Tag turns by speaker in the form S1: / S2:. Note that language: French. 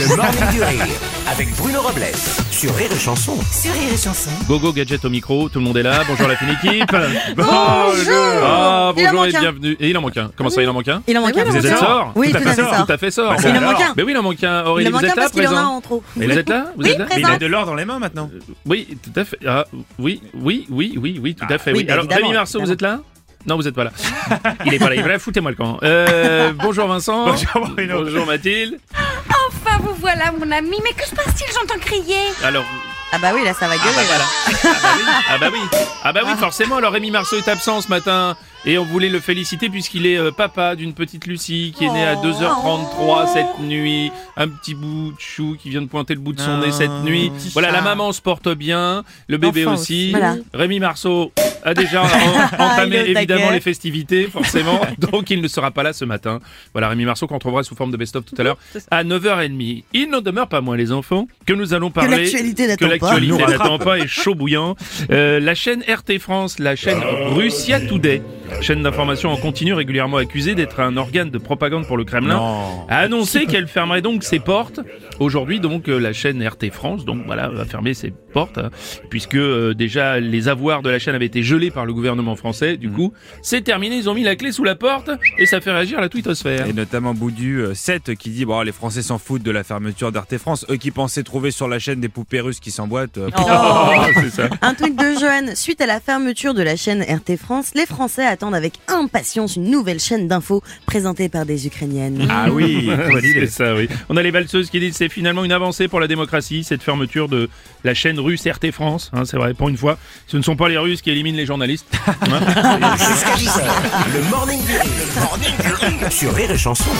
S1: Le Morning du Rire avec Bruno Robles sur Rire et Chanson.
S2: Gogo Gadget au micro, tout le monde est là. Bonjour la fine équipe.
S3: Bonjour
S2: Ah,
S3: Il en
S2: bonjour
S3: manque
S2: et
S3: un.
S2: bienvenue. Et il en manque un. Comment ça, il en manque un
S3: Il en manque un.
S2: Vous êtes sort
S3: Oui, tout à fait sort.
S2: Tout à fait sort.
S3: Il en manque un.
S2: Mais oui, il en manque un.
S3: Il
S2: Aurélie,
S3: en
S2: vous
S3: manque un
S2: êtes là
S3: parce qu'il en a un
S2: présent
S3: en trop.
S2: Et Vous êtes là Vous
S3: Oui,
S2: êtes là
S3: présent.
S4: Mais il a de l'or dans les mains maintenant.
S2: Oui, tout à fait. Ah, oui, oui, oui, oui, oui, tout à fait.
S3: oui,
S2: Oui.
S3: bah,
S2: Alors,
S3: évidemment,
S2: Rémi Marceau, vous
S3: évidemment.
S2: êtes là non, vous n'êtes pas là. Il est pas là. Il est là. Foutez-moi le camp. Euh, bonjour Vincent.
S4: Bonjour, Bruno.
S2: Bonjour Mathilde.
S5: Enfin, vous voilà, mon ami, mais que se passe-t-il J'entends crier.
S2: Alors,
S3: Ah bah oui, là ça va gueuler. là.
S2: Ah bah oui, ah bah oui, forcément. Alors Rémi Marceau est absent ce matin et on voulait le féliciter puisqu'il est euh, papa d'une petite Lucie qui est née à
S3: Oh.
S2: 2h33 cette nuit. Un petit bout de chou qui vient de pointer le bout de son nez cette nuit. Voilà, la maman se porte bien, le bébé
S3: L'enfant
S2: aussi.
S3: aussi. Voilà. Ah,
S2: Rémi Marceau a déjà en-
S3: Il est
S2: entamé
S3: au
S2: évidemment
S3: taquet.
S2: les festivités, forcément. Donc il ne sera pas là ce matin. Voilà, Rémi Marceau qu'on trouvera sous forme de best-of tout à l'heure à 9h30. Il n'en demeure pas moins les enfants que nous allons parler
S3: l'actualité n'attend
S2: que
S3: pas.
S2: l'actualité n'attend pas et chaud bouillant. Euh, la chaîne RT France, la chaîne Russia Today, chaîne d'information en continu régulièrement accusée d'être un organe de propagande pour le Kremlin,
S4: Non.
S2: a annoncé qu'elle fermerait donc ses portes. Aujourd'hui, donc, euh, la chaîne RT France, donc voilà, va fermer ses portes, hein, puisque euh, déjà les avoirs de la chaîne avaient été gelés par le gouvernement français. Du coup, c'est terminé. Ils ont mis la clé sous la porte et ça fait réagir la twittosphère.
S4: Et notamment Boudu euh, 7 qui dit bon les Français s'en foutent de la fermeture d'Arte France, eux qui pensaient trouver sur la chaîne des poupées russes qui s'emboîtent. euh,
S3: Oh.
S2: c'est ça.
S3: Un tweet de Johan. Suite à la fermeture de la chaîne RT France, les Français attendent avec impatience une nouvelle chaîne d'infos présentée par des Ukrainiennes.
S4: Ah oui, bonne idée.
S2: C'est ça, oui. On a les valseuses qui disent c'est finalement une avancée pour la démocratie, cette fermeture de la chaîne russe RT France. Hein, c'est vrai, pour une fois, ce ne sont pas les Russes qui éliminent les journalistes. Hein.
S1: Jusqu'à 10h, le Morning du Rire, le Morning du Rire sur Rire et Chanson.